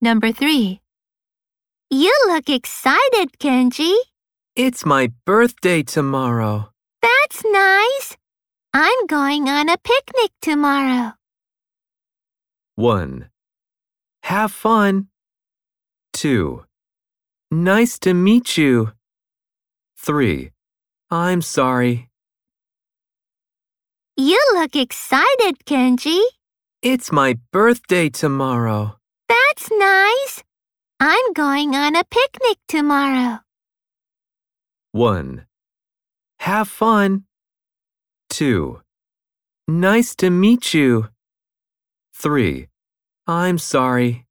Number three. You look excited, Kenji. It's my birthday tomorrow. That's nice. I'm going on a picnic tomorrow. 1. Have fun. 2. Nice to meet you. 3. I'm sorry. You look excited, Kenji. It's my birthday tomorrow. That's nice. I'm going on a picnic tomorrow. 1. Have fun. 2. Nice to meet you. 3. I'm sorry.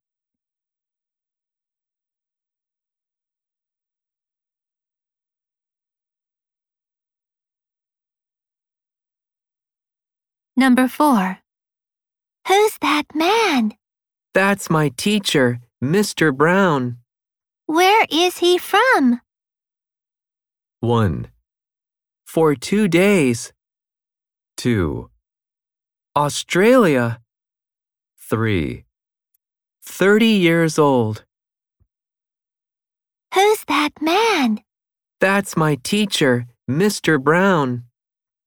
Number four. Who's that man? That's my teacher, Mr. Brown. Where is he from? 1. For two days. 2. Australia. 3. 30 years old. Who's that man? That's my teacher, Mr. Brown.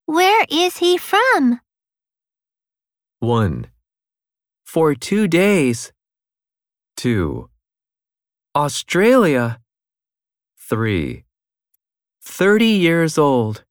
Where is he from? 1. For two days. 2. Australia. 3. 30 years old.